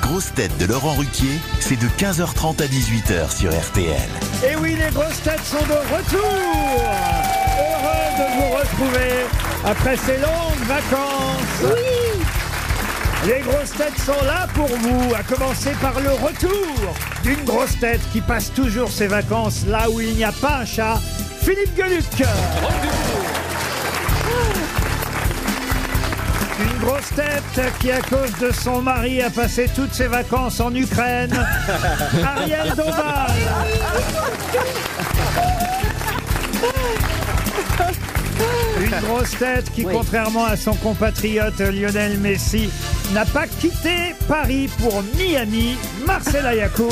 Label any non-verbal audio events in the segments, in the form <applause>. grosses têtes de Laurent Ruquier, c'est de 15h30 à 18h sur RTL. Et oui, les grosses têtes sont de retour Heureux de vous retrouver après ces longues vacances Les grosses têtes sont là pour vous, à commencer par le retour d'une grosse tête qui passe toujours ses vacances là où il n'y a pas un chat, Philippe Gueluc Une grosse tête qui, à cause de son mari, a passé toutes ses vacances en Ukraine. Ariel Dombal. Une grosse tête qui, contrairement à son compatriote Lionel Messi, n'a pas quitté Paris pour Miami, Marcela Yacoub.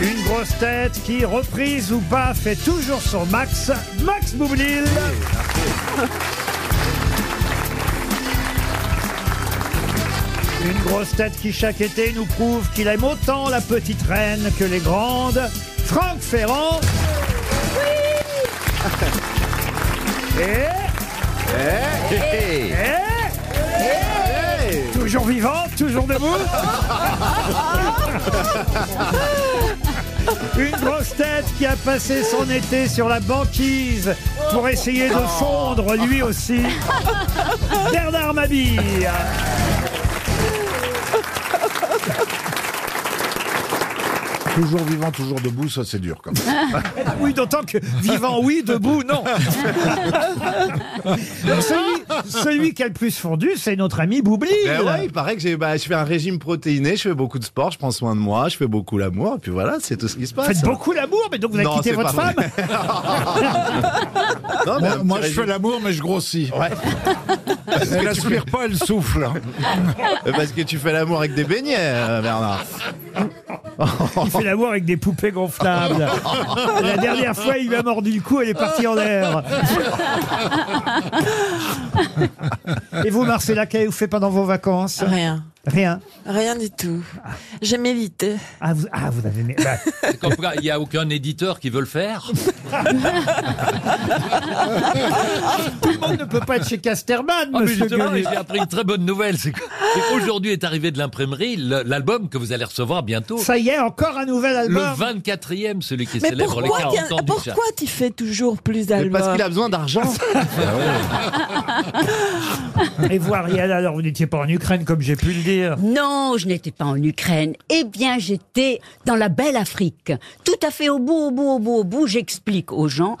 Une grosse tête qui, reprise ou pas, fait toujours son max, Max Boublil. Une grosse tête qui, chaque été, nous prouve qu'il aime autant la petite reine que les grandes, Franck Ferrand. Et... et- Toujours vivant, toujours debout. Une grosse tête qui a passé son été sur la banquise pour essayer de fondre lui aussi. Bernard Mabille. Toujours vivant, toujours debout, ça c'est dur quand même. Oui, d'autant que vivant, oui, debout, <laughs> non. celui, celui qui a le plus fondu, c'est notre ami Boubli. Ben ouais, il paraît que j'ai, bah, je fais un régime protéiné, je fais beaucoup de sport, je prends soin de moi, je fais beaucoup l'amour, et puis voilà, c'est tout ce qui se passe. Faites beaucoup l'amour, mais donc vous avez Non, quitté c'est votre pas femme vrai. <laughs> Non, mais un Moi, <laughs> petit moi, je régime. fais l'amour, mais je grossis. Ouais. Elle aspire pas, elle souffle. Euh, Parce que tu fais l'amour avec des beignets, euh, Bernard. Il fait l'amour avec des poupées gonflables. <laughs> La dernière fois, il lui a mordu le cou, elle est partie en l'air. Et vous, Marcella, qu'avez vous fait pendant vos vacances Rien. Rien. Rien du tout. J'ai médité. Ah, vous, ah, vous avez. bah, Comme quoi, il n'y a aucun éditeur qui veut le faire. tout le monde ne peut pas être chez Casterman, Ah, mais monsieur justement, Gueluc. j'ai appris une très bonne nouvelle. C'est que- c'est qu'aujourd'hui est arrivé de l'imprimerie le- l'album que vous allez recevoir bientôt. Ça y est, encore un nouvel Le album. 24e, celui qui Mais célèbre les pourquoi, t'y- 40 ans du chat. pourquoi tu fais toujours plus Mais d'albums parce qu'il a besoin d'argent. Et voir Ariel, alors vous n'étiez pas en Ukraine, comme j'ai pu le dire. Non, je n'étais pas en Ukraine. Eh bien, j'étais dans la belle Afrique. Tout à fait au bout, au bout, au bout, au bout. J'explique aux gens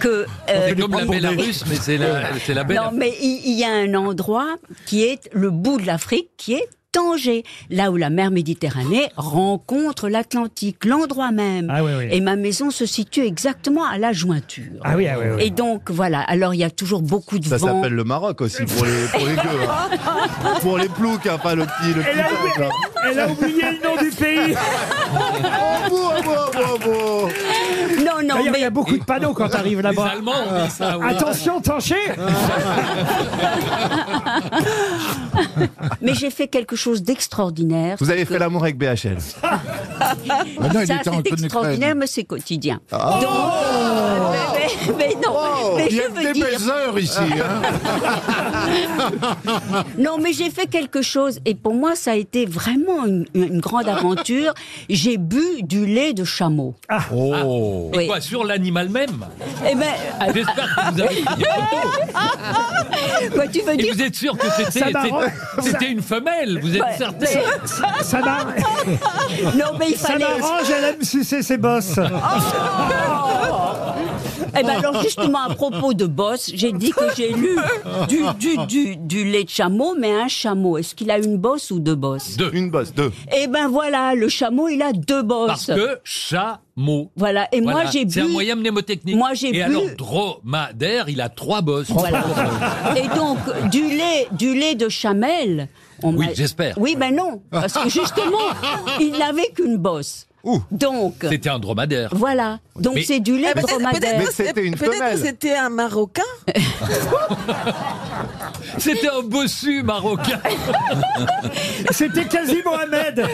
que... euh, C'est comme la Bélarus, mais c'est la, c'est la belle. non, mais il il y a un endroit qui est le bout de l'Afrique, qui est Tanger, là où la mer Méditerranée rencontre l'Atlantique, l'endroit même. Ah oui, oui. Et ma maison se situe exactement à la jointure. Ah oui, ah oui, oui. Et donc, voilà. Alors, il y a toujours beaucoup de Ça vent. s'appelle le Maroc aussi, pour les, pour les gueux. hein. Pour les ploucs, hein, pas le petit, le petit Elle a, peuple, oublié, hein. elle a oublié le nom du pays. Oh, beau, beau, beau, beau. Non, non, D'ailleurs, il y mais... a beaucoup de panneaux quand t'arrives Les là-bas. Allemands ont dit ça. oui. Attention, Tanché Mais j'ai fait quelque chose d'extraordinaire. Vous avez fait l'amour avec BHL. Ah non, il Ça, était en c'est Ukraine. extraordinaire, mais c'est quotidien. Donc, mais, mais- mais non, Ah. Oh. mais Il y a je que des veux dire, belles heures ici. hein. non, mais j'ai fait quelque chose, et pour moi, ça a été vraiment une, une grande <laughs> aventure. J'ai bu du lait de chameau. Oh. Et Oui. quoi, sur l'animal même Eh ben, J'espère que vous avez pris des photos. quoi, tu veux Et dire vous êtes sûr que c'était- Ça m'arrange. c'était c'était une femelle Vous êtes Ouais, certain mais- Ça m'a- Non, mais il ça fallait. m'arrange, elle aime sucer ses bosses. Eh ben, alors justement à propos de boss, j'ai dit que j'ai lu du, du, du, du lait de chameau, mais un chameau, est-ce qu'il a une bosse ou deux bosses Deux. Une bosse, deux. Eh ben voilà, le chameau, il a deux Parce bosses. que chameau. Voilà, et Voilà, moi j'ai bu. C'est un moyen mnémotechnique. Moi, j'ai Et bu- alors, dromadaire, il a trois bosses. <laughs> Voilà. Et donc, du lait, du lait de chamel. on Oui, m'a- j'espère. Oui, ben non. Parce <laughs> que justement, il n'avait qu'une bosse. Donc, C'était un dromadaire. voilà. Donc, Mais- c'est du lait Eh ben, c'est- dromadaire. Mais c'était une peut-être femelle. que c'était un Marocain. C'était un bossu marocain. C'était quasi Mohamed.